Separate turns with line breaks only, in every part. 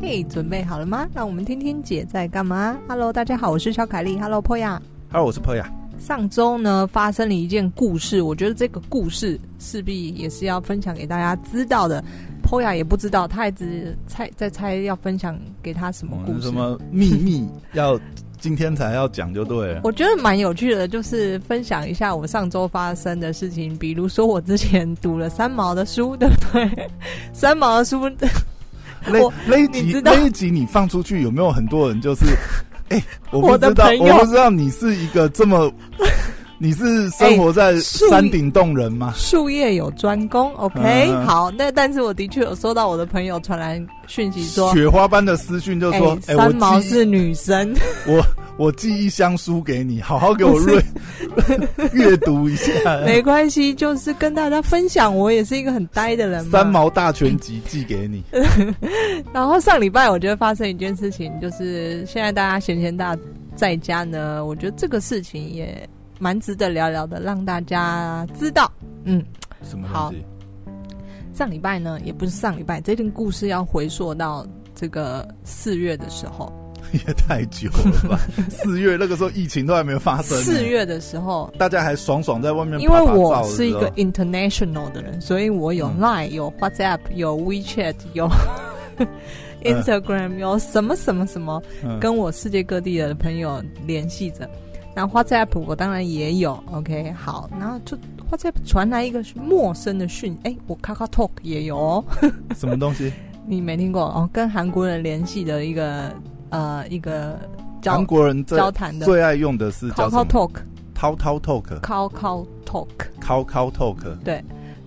嘿，准备好了吗？让我们听听姐在干嘛。Hello，大家好，我是小凯丽。Hello，波雅。
哈，我是 p 啊雅。
上周呢发生了一件故事，我觉得这个故事势必也是要分享给大家知道的。p o y a 也不知道，他一直猜在猜要分享给他什么
我
故
们
事。
哦什么秘密要今天才要讲就对了。
我觉得蛮有趣的，就是分享一下我上周发生的事情，比如说我之前读了三毛的书，对不对？ 三毛的书，
那
我
那一
你
集
知道
那一集你放出去有没有很多人就是，哎、我
我
不
的
知道，
朋
我
友
不知道你是一个这么， 你是生活在
树
山顶洞人吗？
术业有专攻，OK，、
嗯
好。那但是我的确有收到我的朋友传来讯息哎说，
雪花般的私讯就
哎、
说：“哎、
三毛
我寄
是女神，
我寄一箱书给你，好好给我阅阅读一下。哎
没关系，就是跟大家分享，我也是一个很呆的人嘛。
三毛大全集寄给你，
然后上礼拜我觉得发生一件事情，就是现在大家闲闲大在家呢，我觉得这个事情也蛮值得聊聊的，让大家知道。嗯，
什么东西？
上礼拜呢，也不是上礼拜，这件故事要回溯到这个四月的时候，
也太久了吧？四月那个时候疫情都还没有发生、
四，月的时候。
大家还爽爽在外面
因为
拍拍
我
照的时候
是一个 international 的人，所以我有
嗯
Line、有 WhatsApp、有 WeChat、有 Instagram、有什么什么什么，
嗯
跟我世界各地的朋友联系着。那 WhatsApp 我当然也有，OK，好，然后就 WhatsApp 传来一个陌生的讯，哎、我 k a k a Talk 也有、哦，
什么东西？
你没听过哦？跟韩国人联系的一个呃一个 交
韩国人最
交谈的
最爱用的是
k a k
叫什
a
么？
Talk、
滔滔 talk，
k a k a Talk，
滔滔 talk。
对，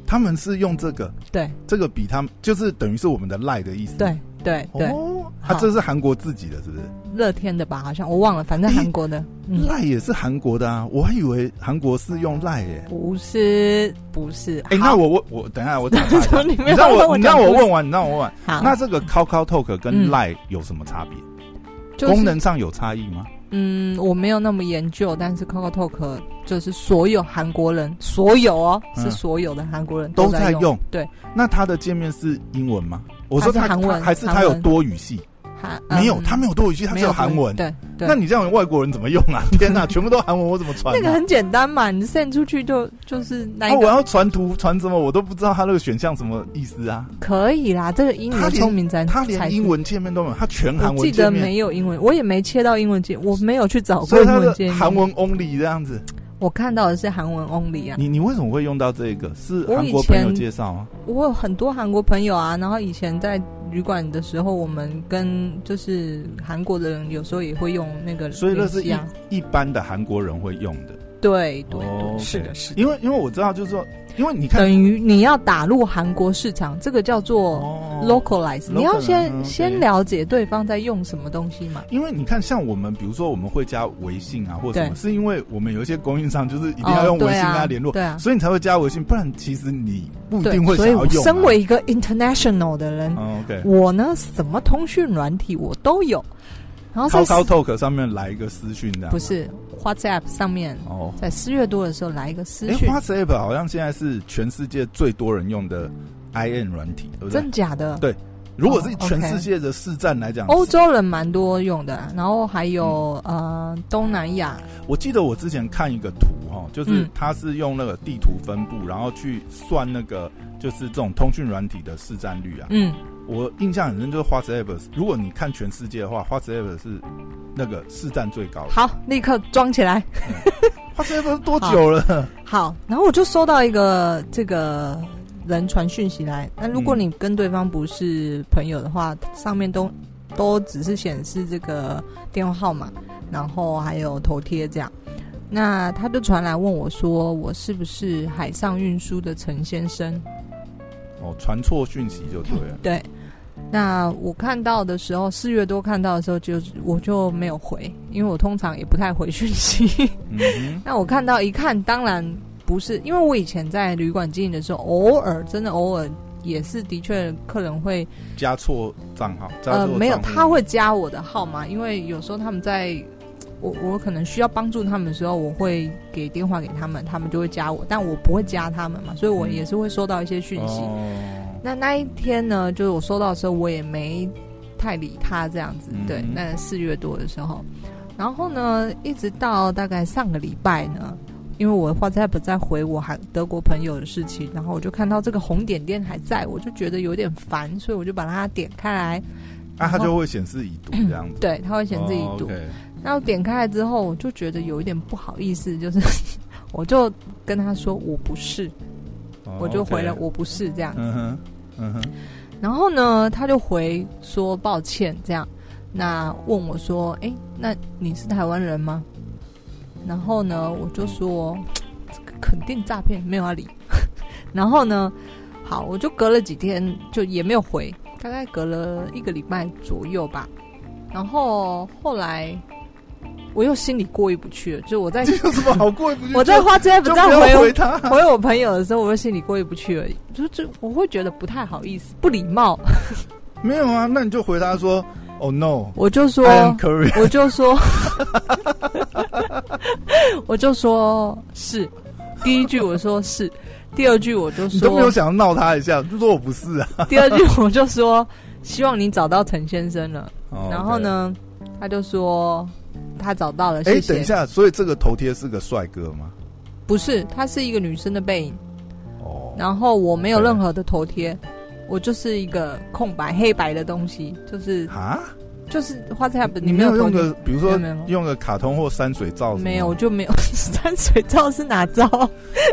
他们是用这个，
对
这个比他们就是等于是我们的赖的意思。
对对对，
哦，
好
啊，这是韩国自己的，是不是？
乐天的吧？好像我忘了，反正
咦
韩国 的，嗯，
赖也是韩国的啊，我还以为韩国是用赖耶。
不是不是，
哎、那
好
我我我等一下我打 岔一
怎么
下，
你没有
让
让我
我你
讲
让我
故事
问完，你让我问完，
好，
那这个 c o c o Talk
嗯
跟 Line 有什么差别？
就是
功能上有差异吗？
嗯，我没有那么研究，但是 Coco Talk 就是所有韩国人，所有哦，
嗯
是所有的韩国人
都
在
在用。
对，
那它的界面是英文吗？我说
它是
它
韩文
它还是
韩
它
文
有多语系？
韩
没有，它没有多语系，它
嗯没
只有韩文。
对对，
那你这样外国人怎么用 啊？天哪，全部都韩文，我怎么传
那个
啊？
很简单嘛，你 send 出去就就是那
啊，
一
我
个
要传图传什么，我都不知道它那个选项什么意思啊！
可以啦，这个英语
他
的
连
聪明才
它
才
连
是
英。文界面都没有，它全韩
我记
文界
得
面，
没有英文，我也没切到英文界，我没有去找
所
过
以
英
它
文界
是
面。
韩文 only 这样子。
我看到的是韩文 only 啊。
你你为什么会用到这个？是
我
韩
以
国朋友
前
介绍吗？
我有很多韩国朋友啊，然后以前在旅馆的时候，我们跟就是韩国的人有时候也会用那个联系啊，
所以那是一般的韩国人会用的。
对对对，
哦，OK
是的，是的。
因为因为我知道，就是说，因为你看
等于你要打入韩国市场，这个叫做
哦
localize，、
localize，
你要先、
嗯，OK
先了解对方在用什么东西嘛。
因为你看，像我们，比如说我们会加微信啊，或者什么，
对
是因为我们有一些供应商就是一
一
定要用微信跟他联络，
对啊，
所以你才会加微信，不然其实你不一
对
定
啊，
会
所
想
以
要
我
用啊、
身为一个 international 的人，
嗯 OK，
我呢什么通讯软体我都有，然后
高
在
高啊 Talk 上面来一个私讯的，
不是 WhatsApp 上面，
哦。
在四月多的时候来一个私
哎
讯，
，WhatsApp 好像现在是全世界最多人用的 IN 软体，对不对？
真假的？
对如果是
哦
全
OK
世界的市占来讲，
欧洲人蛮多用的啊，然后还有、
嗯
呃东南亚，
我记得我之前看一个图哈、哦，就是
嗯
它是用那个地图分布，然后去算那个就是这种通讯软体的市占率啊。
嗯，
我印象很深，就是花 a p p 如果你看全世界的话花 a p p 是那个市占最高的。
好，立刻装起来。
花 a p p 多久了？
好，然后我就收到一个这个人传讯息来，那如果
嗯
你跟对方不是朋友的话，上面都都只是显示这个电话号码，然后还有头贴这样。那他就传来问我说，我是不是海上运输的陈先生？
哦，传错讯息就对了。
对，那我看到的时候，四月多看到的时候就，我就没有回，因为我通常也不太回讯息。
嗯哼，
那我看到一看，当然不是，因为我以前在旅馆经营的时候，偶尔真的偶尔也是的确客人会
加错账号，加错
呃
账户
没有，他会加我的号码，因为有时候他们在。我我可能需要帮助他们的时候，我会给电话给他们，他们就会加我，但我不会加他们嘛，所以我也是会收到一些讯息。
哦
那那一天呢，就是我收到的时候，我也没太理他这样子
嗯。
对，那四月多的时候，然后呢，一直到大概上个礼拜呢，因为我 WhatsApp 在回我韩德国朋友的事情，然后我就看到这个红点点还在，我就觉得有点烦，所以我就把它点开来，
啊，它
然后
就会显示已读这样子，
对，它会显示已
哦
读。
，OK
那我点开来之后，我就觉得有一点不好意思，就是 我就跟他说我不是，
哦
我就回了
OK
我不是这样子。
嗯哼，嗯哼，
然后呢，他就回说抱歉这样，那问我说，诶，那你是台湾人吗？然后呢，我就说这个肯定诈骗，没有要理。 然后呢，好，我就隔了几天就也没有回，大概隔了一个礼拜左右吧。然后后来我又心里过意不去了，就是我在
这有什么好过？不就
哎 我在
就
花之不
就
在
不
回
要
我
回他，
回我朋友的时候，我就心里过意不去而已，就就我会觉得不太好意思，不礼貌，
没有啊，那你就回他说，Oh no，
我就说
I am Korean，
我就说，我就说是，第一句我说是，第二句我就
你都没有
说，
想要闹他一下，就说我不是啊。
第二句我就说，希望你找到陈先生了。
哦
然后？呢，他就说他找到了，谢
OK 哎，等一
谢。
下，所以这个头贴是个帅哥吗？
不是，他是一个女生的背影，
哦，
然后我没有
对
任何的头贴。我就是一个空白黑白的东西，就是
啊，
就是花菜本，
你
没
没有
头
用
贴
个，比如说
没有没有
用个卡通或山水照什么的，
没有，我就没有 山水照是哪照？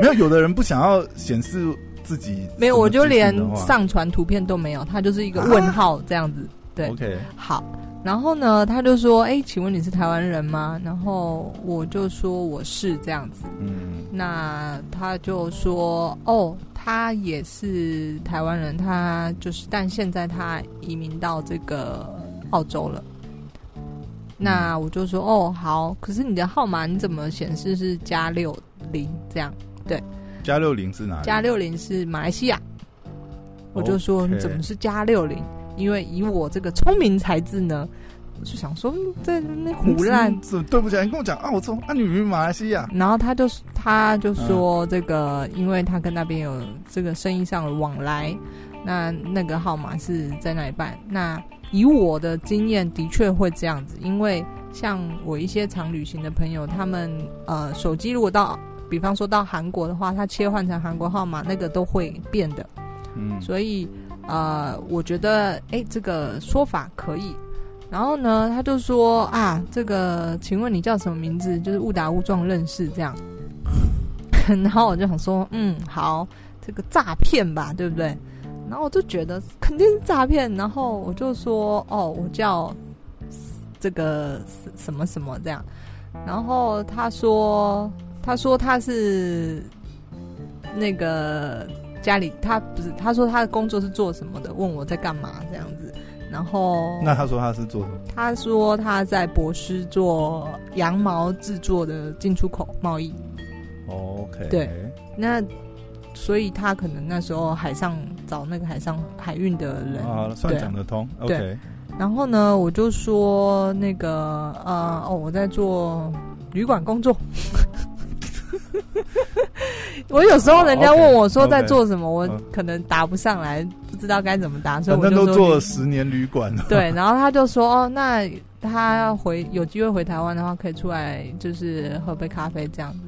没有，有的人不想要显示自己，
没有，我就连上传图片都没有，它就是一个问号这样子。对
OK，
好，然后呢，他就说：“哎、请问你是台湾人吗？”然后我就说我是这样子。
嗯，
那他就说：“哦，他也是台湾人，他就是，但现在他移民到这个澳洲了。”那我就说：“哦，好，可是你的号码你怎么显示是加六零这样？”
加六零是哪里？
加六零是马来西亚。我就说
OK
你怎么是加六零？因为以我这个聪明才智呢，我就想说嗯这那胡乱。
嗯，是对不起啊，你跟我讲澳洲，啊，你明明马来西亚，
然后他就他就
嗯
说这个，因为他跟那边有这个生意上的往来，那那个号码是在那里办。那以我的经验，的确会这样子，因为像我一些常旅行的朋友，他们呃手机如果到，比方说到韩国的话，它切换成韩国号码，那个都会变的。
嗯，
所以呃，我觉得哎，这个说法可以。然后呢，他就说啊，这个请问你叫什么名字？就是误打误撞认识这样。 然后我就想说，嗯，好，这个诈骗吧，对不对？然后我就觉得肯定是诈骗，然后我就说，哦，我叫这个什么什么这样。然后他说，他说他是那个家里，他不是，他说他的工作是做什么的，问我在干嘛这样子。然后
那他说他是做什么？
他说他在博斯做羊毛制作的进出口贸易，
哦 OK，
对，那所以他可能那时候海上找那个海上海运的人，
啊，算讲得通
对
，OK，
然后呢，我就说那个呃哦，我在做旅馆工作。 我有时候人家
哦，OK，
问我说在做什么，我
嗯
可能答不上来，不知道该怎么答，所以
反
我
正
就
都
说
做了 十年旅馆了，
对，然后他就说：“哦，那他要回有机会回台湾的话，可以出来就是喝杯咖啡这样子。”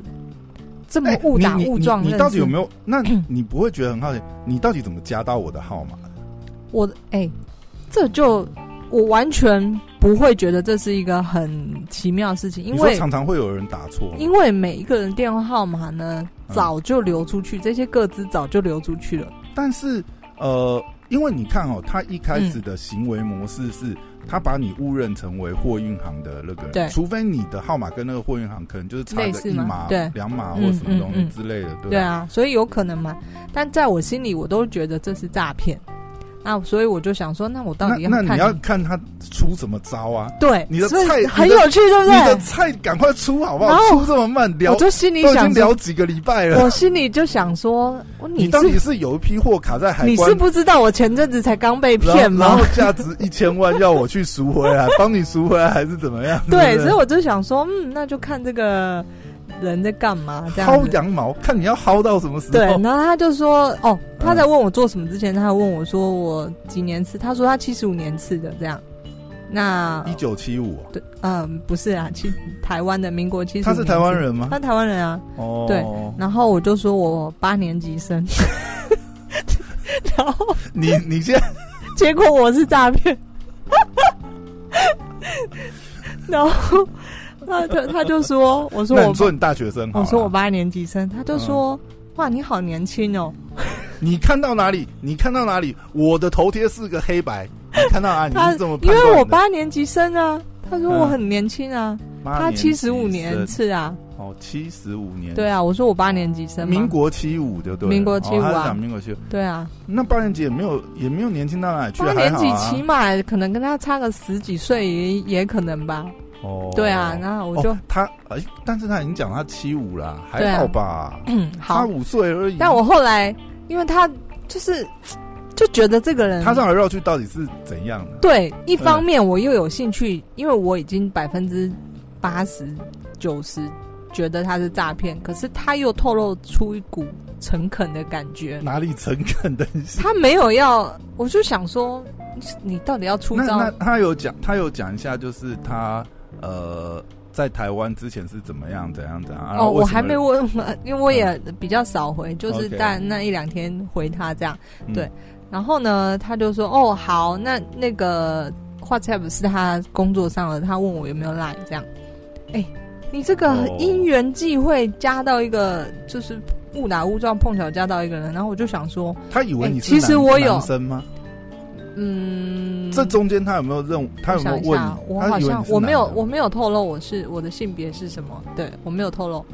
这么
哎
误打
你你
误撞
你
认识，
你到底有没有？ 那你不会觉得很好奇，你到底怎么加到我的号码？
我哎、这就我完全不会觉得这是一个很奇妙的事情，因
你说
为
常常会有人打错吗，
因为每一个人电话号码呢
嗯
早就流出去，这些个资早就流出去了。
但是呃，因为你看哦，他一开始的行为模式是，他把你误认成为货运行的那个人，
对
除非你的号码跟那个货运行可能就是差
类
个
似
一
吗
码、
对
两码或
嗯
什么东西
嗯嗯
之类的，对吧
对啊，所以有可能嘛。但在我心里，我都觉得这是诈骗。那所以我就想说，那我到
那
底要
那你
看
要看他出什么招啊？
对，
你的
所以
菜
很
你的
有趣，对不
你
对？
的菜赶快出好不好
然？后
出这么慢，聊
我
都
就心里
已
想
经
说，
聊几个礼拜了。
我心里就想说，我
你
你
到底
是
是有一批货卡在海
你
关
是，不知道我前阵子才刚被
然后
骗
然
吗
后？价值一千万要我去赎回来，帮你赎回来还是怎么样？
对，
不
所以我就想说，嗯，那就看这个人在干嘛啊这样
薅
子。
羊毛，看你要薅到什么时候。
对，然后他就说，
嗯
哦，他在问我做什么之前，他还问我说我几年次，他说他七十五年次的这样，那
一九七五，
对，嗯，不是啊，其台湾的民国七十，
他是台湾，人吗？
他台湾人啊。
哦，
对，然后我就说我八年级生， 然后
你你现在
结果我是诈骗， 然后他就他就说，我说
那
我
你说你大学生好
我
了，嗯
说我八年级生，他就说、哇你好年轻哦，
你看到哪里？你看到哪里？我的头贴是个黑白，你看到哪里？
他
你是这么
因
判断的？
为我八年级生啊，他说我
嗯
很年轻啊，
八
他
级
七十五年
生
次啊，
哦，七十五年
对啊，我说我八年级生嘛，
民国七五就对了，
民国75啊
哦他是讲民国七五，
对啊，
那八年级也没有也没有年轻到哪里去，
八
还
年
好
级
啊
起码可能跟他差个十几岁也也可能吧，
哦，
对啊，那我就、
哦他哎，但是他已经讲他七五啦，
对
还
啊
好吧，
嗯
差
好，
五岁而已。
但我后来因为他就是就觉得这个人
他绕来绕去到底是怎样的？
对，一方面我又有兴趣，因为我已经百分之八十九十觉得他是诈骗，可是他又透露出一股诚恳的感觉，
哪里诚 恳的？
他没有要，我就想说，你你到底要出
那
招
那？他有讲，他有讲一下，就是他呃，在台湾之前是怎么样，怎样怎样。然
哦，
后啊为
我
什么嗯
还没问，因为我也比较少回，就是
OK
但那一两天回他这样。
嗯
对然后呢，他就说：“哦，好，那那个 WhatsApp 是他工作上的，他问我有没有 Line 这样。”哎，你这个
哦
因缘际会加到一个，就是误打误撞碰巧加到一个人，然后我就想说，
他以为你是
哎
男、
其实我有
男生吗？
嗯，
这中间他有没有认？他
我
有没有
想一
问
下
你？，
我
他
好
以为
像
你是
我没有
男的
我没有透露我是我的性别是什么，对我没有透露。
哦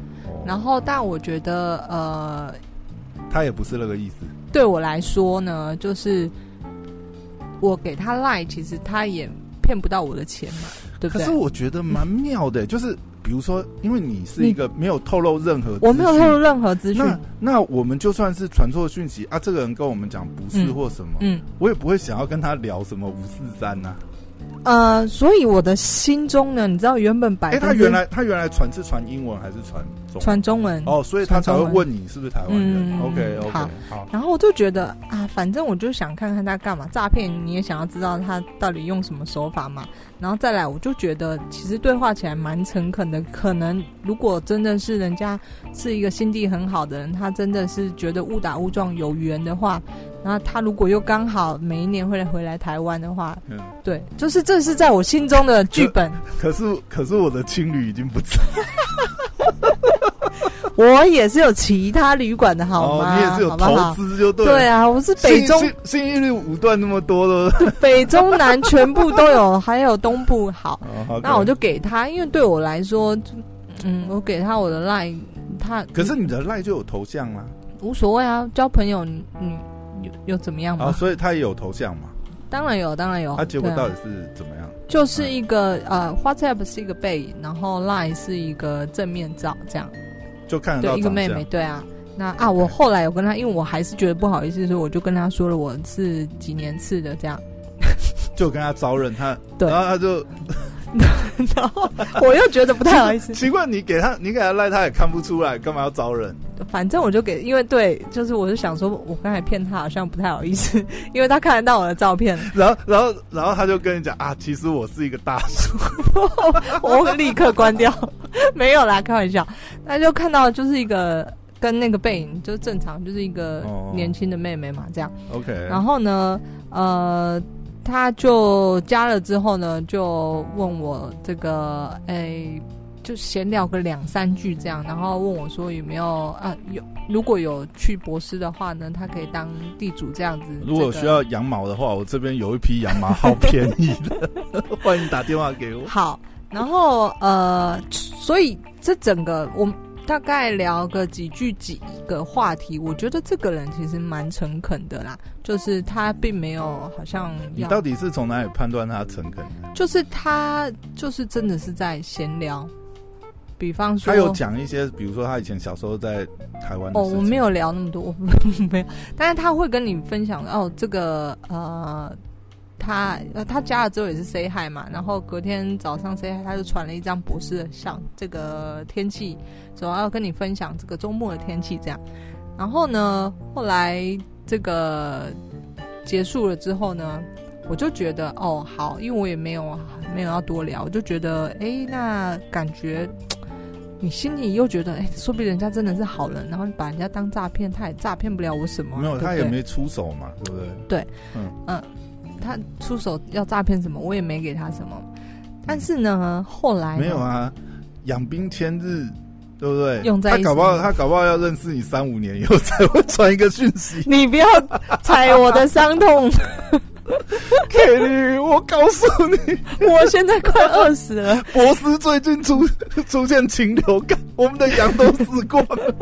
然后，但我觉得呃，
他也不是那个意思。
对我来说呢，就是我给他赖，其实他也骗不到我的钱嘛，对不
可
对
是？我觉得蛮妙的、就是比如说，因为你是一个没有透露任何，
我没有透露。任何资讯。
那那我们就算是传错讯息啊，这个人跟我们讲不是
嗯
或什么，
嗯
我也不会想要跟他聊什么五四三呐。
呃，所以我的心中呢，你知道原本百
哎、
分之
他原来他原来传是传英文还是传中文？
传中文，
哦，所以他才会
传中文
问你是不是台湾
嗯
人。OK OK，
好
好，
然后我就觉得啊，反正我就想看看他干嘛，诈骗你也想要知道他到底用什么手法嘛。然后再来，我就觉得其实对话起来蛮诚恳的，可能如果真的是人家是一个心地很好的人，他真的是觉得误打误撞有缘的话，然后他如果又刚好每一年会回来台湾的话，
嗯。
对，就是这是在我心中的剧本，
可是可是我的青旅已经不在，
我也是有其他旅馆的好
哦
吗？
你也是有
好不好
投？资就对了。
对啊，我是北
幸
中
幸幸运率五段那么多 的，
北中南全部都有，还有东部好。
哦，OK
那我就给他，因为对我来说，就嗯，我给他我的 line，他
可是你的赖就有头像啦，
无所谓啊，交朋友你你又又怎么样嘛？
啊，所以他也有头像嘛，
当然有，当然有。
啊，结果
嗯对啊
到底是怎么样？
就是一个呃，WhatsApp 是一个背，然后 line 是一个正面照，这样
就看得
对
到
一个
长
妹
相
妹，对啊。那啊，我后来有跟他，因为我还是觉得不好意思，所以我就跟他说了我是几年次的这样。
就跟他招认他，
对
然后 他就
然后我又觉得不太好意思，
奇怪，你给他你给他赖他也看不出来，干嘛要招认？
反正我就给，因为对，就是我就想说，我刚才骗他好像不太好意思，因为他看得到我的照片，
然后然后然后他就跟你讲啊，其实我是一个大叔，
我立刻关掉。 没有啦，开玩笑。那就看到就是一个跟那个背影，就是正常，就是一个
哦
年轻的妹妹嘛，这样。
OK，
然后呢，呃，他就加了之后呢，就问我这个，哎、就闲聊个两三句这样，然后问我说有没有啊有如果有去博斯的话呢，他可以当地主这样子。
如果
这个
需要羊毛的话，我这边有一批羊毛，好便宜的， 欢迎打电话给我。
好，然后呃，所以这整个我们大概聊个几句几个话题，我觉得这个人其实蛮诚恳的啦，就是他并没有好像
你
要
到底是从哪里判断他诚恳？
就是他就是真的是在闲聊，比方说
他有讲一些，比如说他以前小时候在台湾的
哦，
事情
我没有聊那么多， 我没有，但是他会跟你分享哦，这个呃。他呃，他加了之后也是 say hi 嘛，然后隔天早上 say hi，他就传了一张博士的相，这个天气，主要要跟你分享这个周末的天气这样。然后呢，后来这个结束了之后呢，我就觉得哦好，因为我也没有没有要多聊，我就觉得哎，那感觉你心里又觉得哎，说不定人家真的是好人，然后你把人家当诈骗，他也诈骗不了我什么啊，
没有，他
对
也
不对
没出手嘛，对不对？
他出手要诈骗什么，我也没给他什么。但是呢，后来呢
嗯没有，啊，养兵千日，对不对？
用在
他
一起
搞不好他搞不好要认识你三五年以后才会传一个讯息
你不要踩我的伤痛，
，Kelly，我告诉你，
我现在快饿死了。
博斯最近出 出现禽流感，我们的羊都死光 了。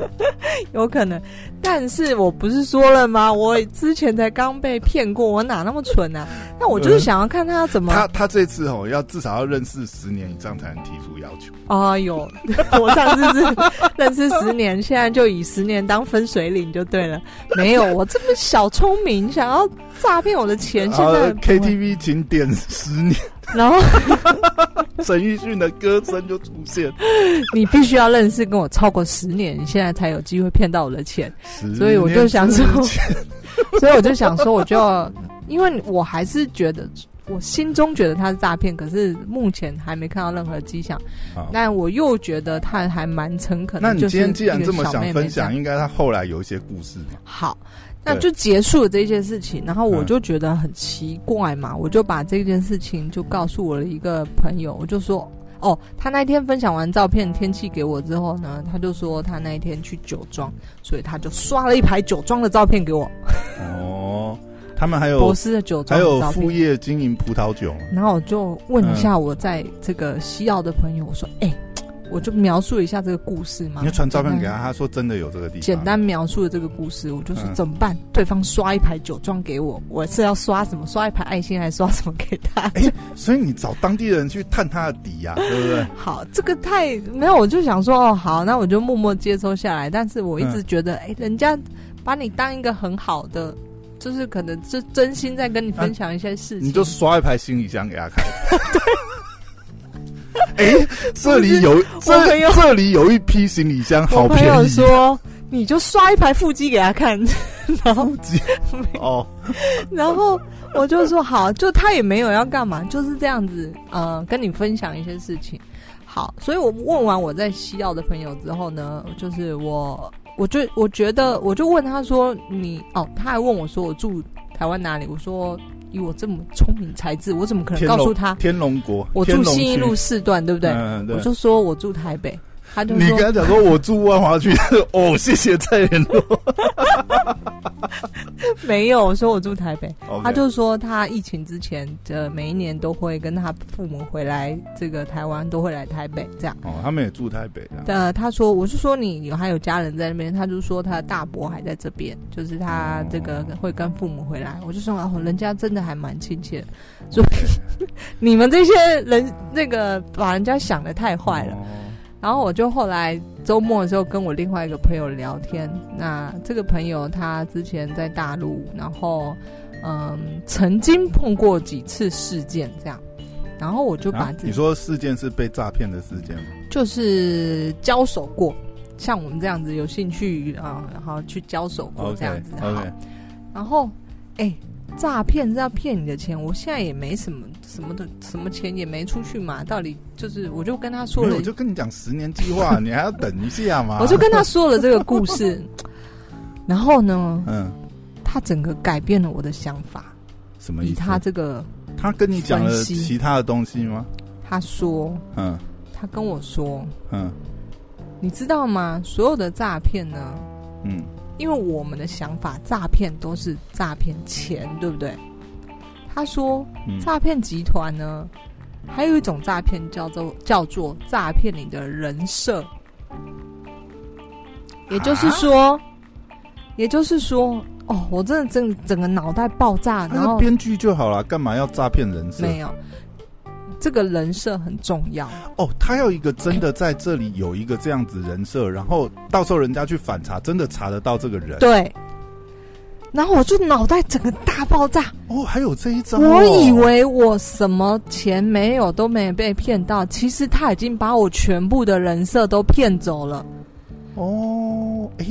有可能，但是我不是说了吗？我之前才刚被骗过，我哪那么蠢啊？那我就是想要看他要怎么。
他他这次哦，要至少要认识十年以上才能提出要求。
哎呦， 我上次是认识十年，现在就以十年当分水岭就对了。没有，我这么小聪明，想要诈骗我的钱，现在
呃 KTV 请点十年，
然后
陈奕迅的歌声就出现。
你必须要认识跟我超过十年，你现在才有机会骗到我的钱。所以我就想说
10年之前，
所以我就想说，我就要因为我还是觉得，我心中觉得他是诈骗，可是目前还没看到任何迹象
好。
但我又觉得他还蛮诚恳的。
那你
就
今
是
天既然
一个
这么
小
想
妹妹
分
这
享，
样，
应该他后来有一些故事嘛？
好，那就结束了这件事情。然后我
嗯
就觉得很奇怪嘛，我就把这件事情就告诉我的一个朋友，我就说。哦，他那天分享完照片天气给我之后呢，他就说他那一天去酒庄，所以他就刷了一排酒庄的照片给我，
哦，他们还有
博斯的酒庄
还
的
有
照片
副业经营葡萄酒嘛，
然后我就问一
嗯
下我在这个西澳的朋友，我说：“哎、我就描述一下这个故事嘛。”嗯
你就传照片给他，他说真的有这个地方。
啊简单描述了这个故事，我就说
嗯
怎么办？对方刷一排酒庄给我，我是要刷什么？刷一排爱心，还是刷什么给他？
哎所以你找当地人去探他的底呀、对不对？
好，这个太没有，我就想说哦，好，那我就默默接收下来。但是我一直觉得，哎、
嗯
人家把你当一个很好的，就是可能就真心在跟你分享一些事情，
你就刷一排行李箱给 他看。哎、这里有
我朋友
这这里有一批行李箱，好
我朋
便
友
宜，
说，你就刷一排腹肌给他看，然后
不急哦，
然后我就说好，就他也没有要干嘛，就是这样子，呃，跟你分享一些事情。好，所以我问完我在西澳的朋友之后呢，就是我，我就我觉得，我就问他说你哦，他还问我说我住台湾哪里？我说以我这么聪明才智，我怎么可能
天
告
龙
诉他
天龙国，
我
天
住
龙
信义
区
路，四段，对不对？
嗯，对
我。就说我住台北，他就
你
说
刚才讲说我住万华区， 哦，谢谢再联络。
没有，我说我住台北。
OK
他就说他疫情之前的每一年都会跟他父母回来这个台湾，都会来台北这样。
哦，他们也住台北啊。
呃，他说我是说你有还有家人在那边，他就说他的大伯还在这边，就是他这个会跟父母回来。我就说哦，人家真的还蛮亲切的，所以 你们这些人那个把人家想的太坏了。
哦
然后我就后来周末的时候跟我另外一个朋友聊天，那这个朋友他之前在大陆，然后嗯曾经碰过几次事件这样，然后我就把
啊
自
你
己、
说事件是被诈骗的事件吗？
就是交手过，像我们这样子有兴趣啊、然后去交手过
OK，
这样子好
OK，
然后哎。诈骗是要骗你的钱，我现在也没什么什么的，什么钱也没出去嘛。到底就是，我就跟他说
没
了
有，我就跟你讲十年计 划，你还要等一下嘛。
我就跟他说了这个故事， 然后呢，
嗯，
他整个改变了我的想法。
什么
以
意思？
他这个，
他跟你讲
分
了
析
其他的东西吗？
他说，
嗯
他跟我说，
嗯
你知道吗？所有的诈骗呢，
嗯，
因为我们的想法，诈骗都是诈骗钱，对不对？他说，
嗯
诈骗集团呢，还有一种诈骗叫做叫做诈骗你的人设，也
啊
就是说，也就是说，哦，我真的整整个脑袋爆炸，
他
然
是
后
编剧就好了，干嘛要诈骗人设？
没有这个人设很重要，
哦，他要一个真的在这里有一个这样子人设，然后到时候人家去反查，真的查得到这个人。
对。然后我就脑袋整个大爆炸，
哦，还有这一招哦、
我以为我什么钱没有都没被骗到，其实他已经把我全部的人设都骗走了。
哦，诶、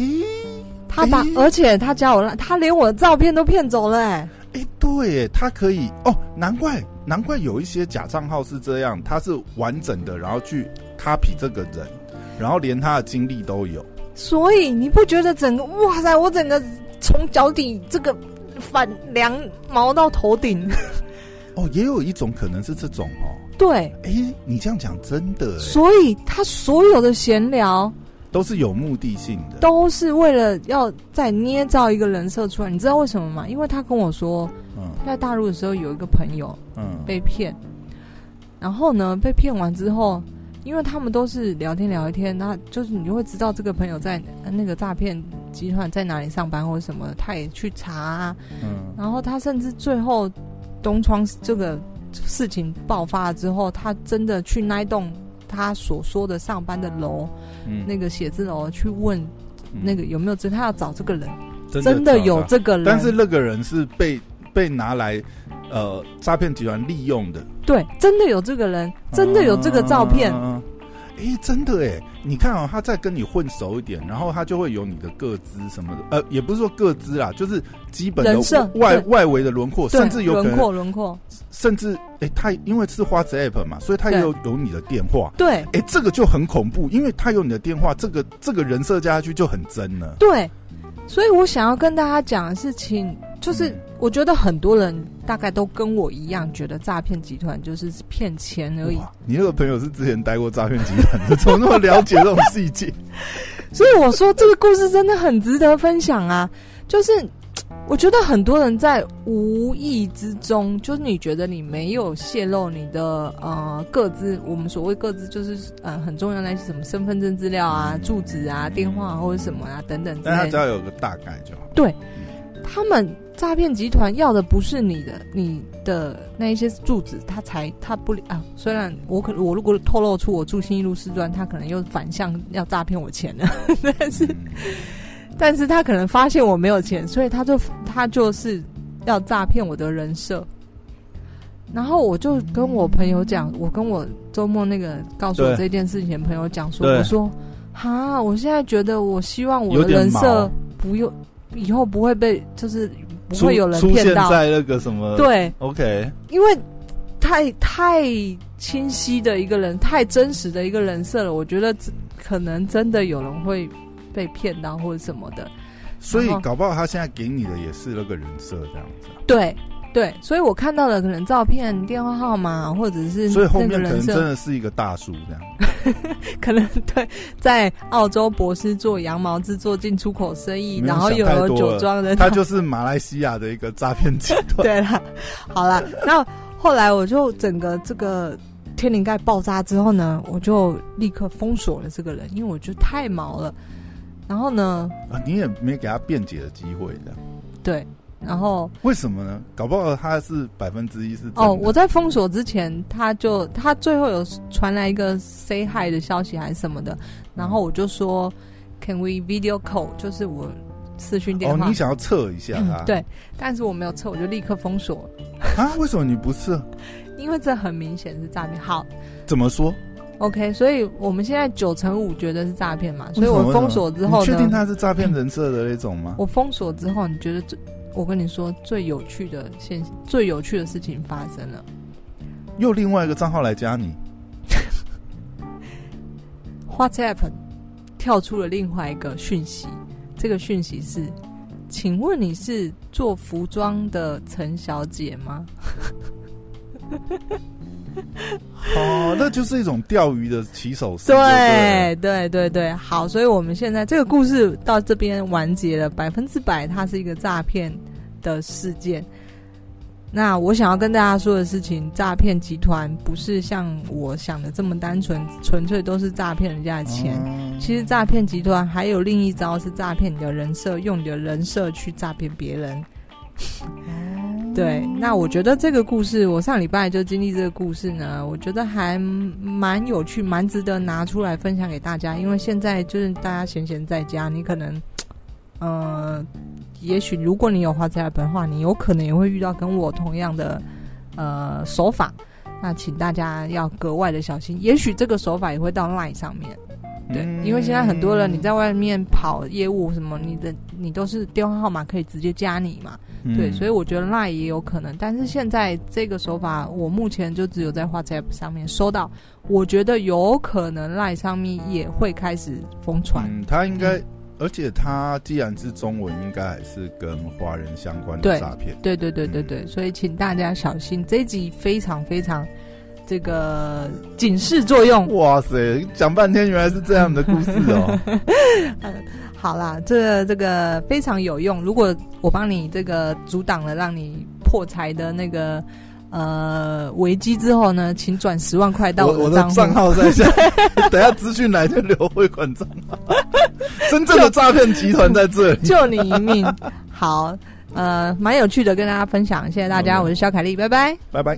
他把，
诶
而且他加我，他连我的照片都骗走了、哎，
哎，对耶，它可以哦，难怪难怪有一些假账号是这样，它是完整的，然后去 copy 这个人，然后连他的经历都有。
所以你不觉得整个哇塞，我整个从脚底这个反凉毛到头顶？
哦，也有一种可能是这种哦，
对，
哎，你这样讲真的耶，
所以他所有的闲聊
都是有目的性的。
都是为了要再捏造一个人设出来。你知道为什么吗？因为他跟我说，
嗯
他在大陆的时候有一个朋友
嗯，
被骗，然后呢，被骗完之后。因为他们都是聊天聊一天，那就是你就会知道这个朋友在那个诈骗集团在哪里上班或者什么，他也去查啊、
嗯
然后他甚至最后东窗这个事情爆发了之后，他真的去那一栋他所说的上班的楼，
嗯
那个写字楼去问那个有没有真，他要找这个人，
真
真的有
找到
这个人，
但是那个人是被被拿来呃诈骗集团利用的，
对，真的有这个人，真的有这个照片，
啊哎、真的哎，你看哦，他再跟你混熟一点，然后他就会有你的个资什么的，呃，也不是说个资啦，就是基本的
人设
外
对
外围的轮廓，
对
甚至有可
轮
能，
廓轮廓，
甚至哎、他因为是花子 app 嘛，所以他也
对
有有你的电话，
对
哎、这个就很恐怖，因为他有你的电话，这个这个人设加下去就很真了。
对，所以我想要跟大家讲的事情就是
嗯。
我觉得很多人大概都跟我一样，觉得诈骗集团就是骗钱而已。
哇，你那个朋友是之前待过诈骗集团的， 怎么那么了解这种 细节？
所以我说这个故事真的很值得分享啊！就是我觉得很多人在无意之中，就是你觉得你没有泄露你的呃个资，我们所谓个资就是呃很重要的那些什么身份证资料啊、住址啊、电话、啊、或者什么啊等等之
但他
类
只
的。
要有个大概就好。
他们诈骗集团要的不是你的你的那一些住址，他才他不啊。虽然我可我如果透露出我住新一路四段，他可能又反向要诈骗我钱了，但 是。
嗯
但是他可能发现我没有钱，所以他就他就是要诈骗我的人设。然后我就跟我朋友讲，我跟我周末那个告诉我
对
这件事情的朋友讲说，
对
我说哈，我现在觉得我希望我
有
的
点
人设
毛
不用以后不会被就是不
出
会有人
出
骗
现
到，
在那呃个什么？
对，
，OK，
因为太太清晰的一个人，太真实的一个人设了，我觉得可能真的有人会被骗到或者什么的。
所以
然后
搞不好他现在给你的也是那个人设这样子啊、
对对，所以我看到了可能照片、电话号码，或者是
所以后
那
面
个
可能
人
真
设，
的是一个大叔这样。
可能对，在澳洲博斯做羊毛制作进出口生意，
没有
然后
想
又
太
有
多
酒
了
庄 的，
他就是马来西亚的一个诈骗集团。
对啦，好啦，那后来我就整个这个天灵盖爆炸之后呢，我就立刻封锁了这个人，因为我觉得太毛了。然后呢，
啊，你也没给他辩解的机会这样。
对，然后
为什么呢？搞不好他是百分之一是真的
哦，我在封锁之前，他就他最后有传来一个 say hi 的消息还是什么的，然后我就说 Can we video call？就是我视讯电
哦，
话。
你想要啊测一下
嗯
他？
对，但是我没有撤，我就立刻封锁，
啊，为什么你不测？
因为这很明显是诈骗。好
怎么说？
，OK，所以我们现在九成五觉得是诈骗嘛，所以
为什
我
么
封锁之后
你确定
呢，
他是诈骗人设的那种吗？
我封锁之后，你觉得最，我跟你说最有趣的现最有趣的事情发生了，
又另外一个账号来加你？
WhatsApp 跳出了另外一个讯息，这个讯息是：请问你是做服装的陈小姐吗？
哦，那就是一种钓鱼的起手式。对
对对对对，好，所以我们现在这个故事到这边完结了，百分之百它是一个诈骗的事件。那我想要跟大家说的事情，诈骗集团不是像我想的这么单纯，纯粹都是诈骗人家的
不对
钱。
嗯
其实诈骗集团还有另一招是诈骗你的人设，用你的人设去诈骗别人。对，那我觉得这个故事，我上礼拜就经历这个故事呢，我觉得还蛮有趣，蛮值得拿出来分享给大家。因为现在就是大家闲闲在家，你可能，呃，也许如果你有花在本的话，你有可能也会遇到跟我同样的呃手法。那请大家要格外的小心，也许这个手法也会到 LINE 上面。对，
嗯
因为现在很多人你在外面跑业务什么，你的你都是电话号码可以直接加你嘛，
嗯
对，所以我觉得 Line 也有可能，但是现在这个手法，我目前就只有在 WhatsApp 上面收到，我觉得有可能 Line 上面也会开始疯传，
嗯，他应该，而且他既然是中文，应该还是跟华人相关的
对
诈骗。
对对对对对，所以请大家小心，这一集非常非常这个警示作用，
哇塞，讲半天原来是这样的故事 哦。
好啦，这这个非常有用。如果我帮你这个阻挡了让你破财的那个呃危机之后呢，请转十万块到
我我
的
的
账户。
账号在下， 等一下资讯来就留汇款账 号。真正的诈骗集团在这里。
救你一命。好，呃，蛮有趣的，跟大家分享，谢谢大家，
好的
我是肖凯丽，拜拜。
拜拜。